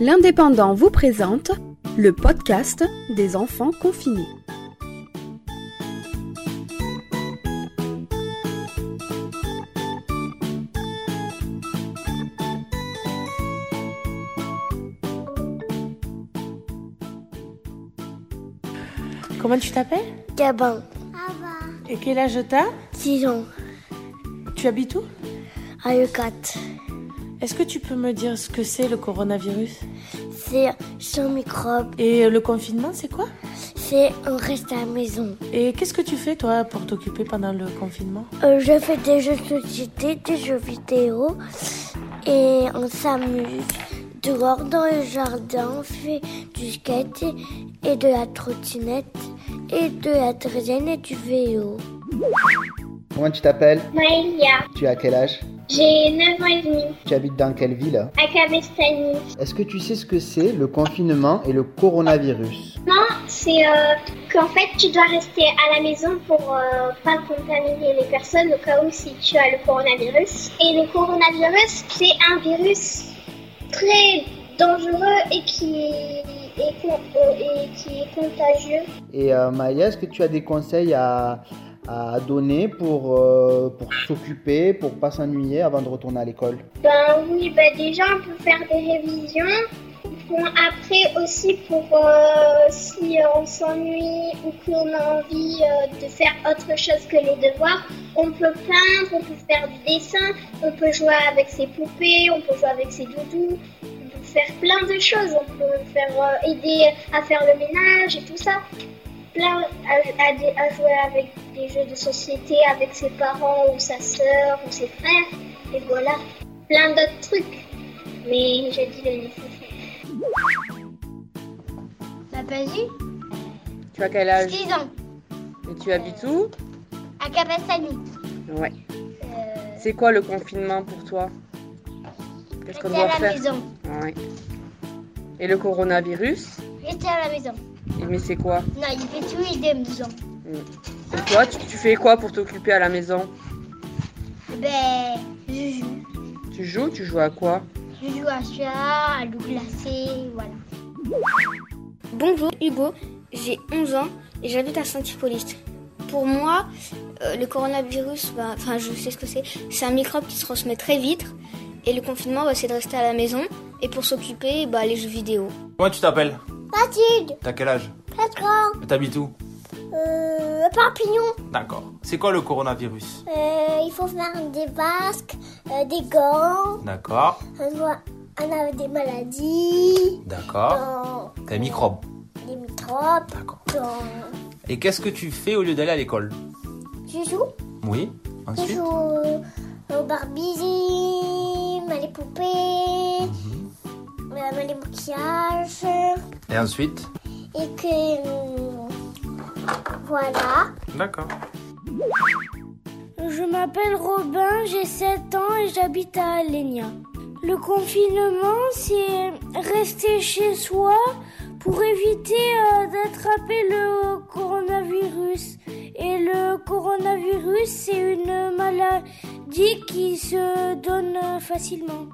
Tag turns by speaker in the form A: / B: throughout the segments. A: L'Indépendant vous présente le podcast des enfants confinés.
B: Comment tu t'appelles
C: Gabin,
B: Et quel âge t'as
C: 6 ans,
B: Tu habites où
C: à E E4.
B: Est-ce que tu peux me dire ce que c'est le coronavirus
C: C'est sans microbe,
B: Et le confinement, c'est quoi
C: c'est on reste à la maison.
B: Et qu'est-ce que tu fais, toi, pour t'occuper pendant le confinement
C: Euh, je fais des jeux de société, des jeux vidéo et on s'amuse. Dehors dans le jardin, on fait du skate et- et de la trottinette et de la traîne et du vélo.
D: Comment tu t'appelles
E: Maëlia,
D: Tu as quel âge
E: j'ai 9 ans et demi,
D: Tu habites dans quelle ville
E: à Cabestany.
D: Est-ce que tu sais ce que c'est le confinement et le coronavirus
E: Non, c'est euh, qu'en fait, tu dois rester à la maison pour euh, pas contaminer les personnes au cas où si tu as le coronavirus. Et le coronavirus, c'est un virus très dangereux et qui est, con- euh, et qui est contagieux.
D: Et euh, Maya, est-ce que tu as des conseils à, à donner pour, euh, pour s'occuper, pour pas s'ennuyer avant de retourner à l'école
E: Ben oui, ben déjà on peut faire des révisions. Bon, après aussi pour euh, si euh, on s'ennuie ou qu'on a envie euh, de faire autre chose que les devoirs, on peut peindre, on peut faire du dessin, on peut jouer avec ses poupées, on peut jouer avec ses doudous, on peut faire plein de choses, on peut faire euh, aider à faire le ménage et tout ça. Plein à, à des- à jouer avec des jeux de société avec ses parents ou sa sœur ou ses frères, et voilà plein d'autres trucs. Mais j'ai dit le nécessaire.
C: La Belgique,
F: Tu as quel âge
C: ans,
F: Et tu habites où
C: à Cabestany.
F: Ouais. C'est quoi le confinement pour toi Qu'est-ce qu'on doit faire Ouais. Et le coronavirus
C: rester à la maison.
F: Et Mais c'est quoi
C: Non, il fait tout, il aime 12 ans.
F: Et toi, tu, tu fais quoi pour t'occuper à la maison
C: Ben, je joue.
F: Tu joues Tu joues à quoi
C: Je joue à chat, à l'eau glacée, voilà.
G: Bonjour Hugo, j'ai 11 ans et j'habite à Saint-Hippolyte. Pour moi, euh, le coronavirus, bah, enfin je sais ce que c'est, c'est un microbe qui se transmet très vite et le confinement bah, c'est de rester à la maison et pour s'occuper bah, les jeux vidéo.
H: Comment tu t'appelles
C: Mathilde,
H: T'as quel âge
C: let's go.
H: T'habites où
C: Euh, Papillon,
H: D'accord. C'est quoi le coronavirus
C: euh, il faut faire des basques, euh, des gants,
H: D'accord.
C: on doit- on a des maladies,
H: D'accord.
C: dans
H: T'es microbe.
C: les microbes,
H: D'accord.
C: dans...
H: Et qu'est-ce que tu fais au lieu d'aller à l'école
C: Je joue,
H: Oui.
C: je
H: Ensuite
C: joue au- au Barbie, à euh, les poupées, euh, à les maquillages,
H: Et ensuite
C: et que... euh, Voilà.
H: D'accord.
C: Je m'appelle Robin, j'ai 7 ans et j'habite à Alenia. Le confinement, c'est rester chez soi pour éviter euh, d'attraper le coronavirus. Et le coronavirus, c'est une maladie qui se donne euh, facilement.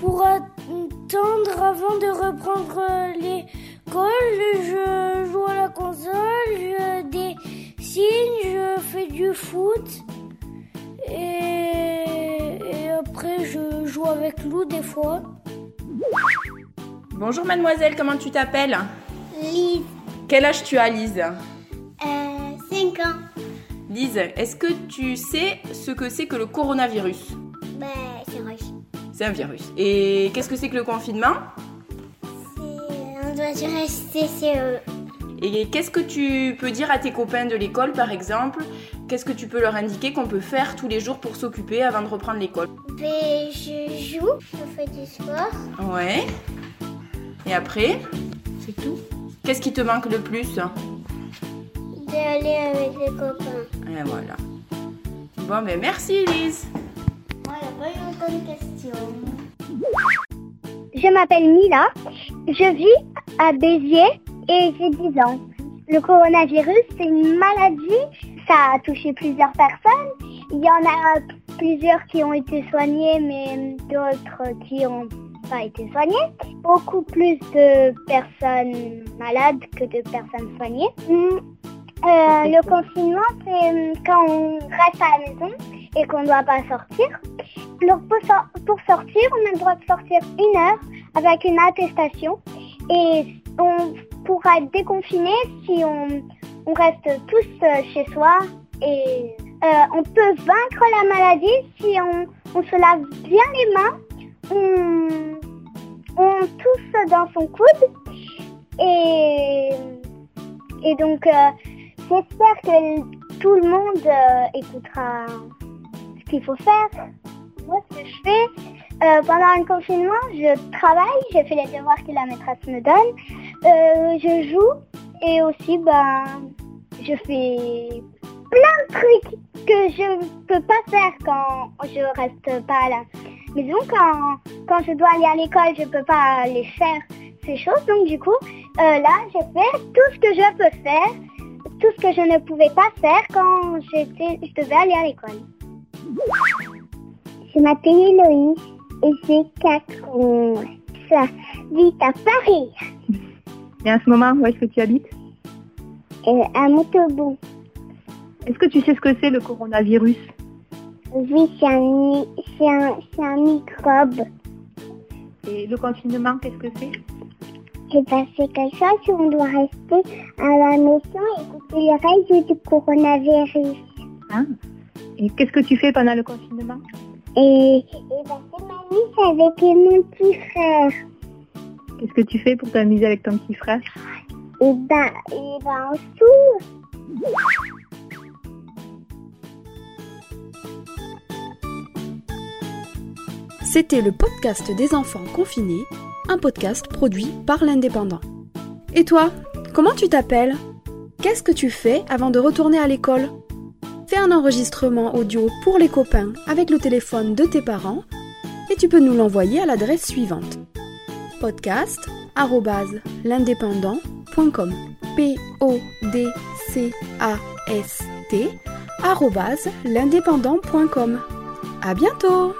C: Pour attendre avant de reprendre euh, l'école, je joue à la console, je dessine, je fais du foot. Et, et après, je joue avec Lou des fois.
I: Bonjour mademoiselle, comment tu t'appelles
C: Lise,
I: Quel âge tu as Lise
C: 5 ans.
I: Lise, est-ce que tu sais ce que c'est que le coronavirus
C: Ben, c'est vrai.
I: C'est un virus. Et qu'est-ce que c'est que le confinement
C: On doit rester chez eux.
I: Et qu'est-ce que tu peux dire à tes copains de l'école par exemple Qu'est-ce que tu peux leur indiquer qu'on peut faire tous les jours pour s'occuper avant de reprendre l'école
C: Ben, je joue, je fais du sport.
I: Ouais. Et après C'est tout. Qu'est-ce qui te manque le plus
C: D'aller avec les copains.
I: Et voilà. Bon ben merci Lise
C: Voilà, pas une bonne question.
J: Je m'appelle Mila, je vis à Béziers et j'ai 10 ans. Le coronavirus, c'est une maladie, ça a touché plusieurs personnes. Il y en a plusieurs qui ont été soignées, mais d'autres qui ont pas été soignés. Beaucoup plus de personnes malades que de personnes soignées. Mm. Euh, le confinement, c'est euh, quand on reste à la maison et qu'on ne doit pas sortir. Alors pour, sor- pour sortir, on a le droit de sortir une heure avec une attestation et on pourra être déconfiné si on, on reste tous euh, chez soi et euh, on peut vaincre la maladie si on, on se lave bien les mains, on, on tousse dans son coude et, et donc euh, j'espère que l- tout le monde euh, écoutera ce qu'il faut faire. Moi ce que je fais euh, pendant le confinement, je travaille, je fais les devoirs que la maîtresse me donne, euh, je joue et aussi ben je fais plein de trucs que je ne peux pas faire quand je reste pas à la maison. Quand, quand je dois aller à l'école, je peux pas les faire, ces choses. Donc du coup, euh, là, je fais tout ce que je peux faire, tout ce que je ne pouvais pas faire quand j'étais, je devais aller à l'école. Je m'appelle Héloïse et j'ai 4 ans. Ça vit à Paris,
K: Et à ce moment, où est-ce que tu habites
J: Euh, à Montauban.
K: Est-ce que tu sais ce que c'est le coronavirus
J: Oui, c'est un, mi- c'est un- c'est un microbe.
K: Et le confinement, qu'est-ce que c'est
J: Et ben, c'est quelque chose où on doit rester à la maison et écouter les règles du coronavirus.
K: Hein Et qu'est-ce que tu fais pendant le confinement
J: Et, et ben, c'est ma niche avec mon petit frère.
K: Qu'est-ce que tu fais pour t'amuser avec ton petit frère
J: Et ben, et ben, on s'ouvre.
A: C'était le podcast des enfants confinés, un podcast produit par l'indépendant. Et toi, comment tu t'appelles Qu'est-ce que tu fais avant de retourner à l'école Fais un enregistrement audio pour les copains avec le téléphone de tes parents et tu peux nous l'envoyer à l'adresse suivante podcast@l'indépendant.com p o d c a s t arobase, l'indépendant.com. À bientôt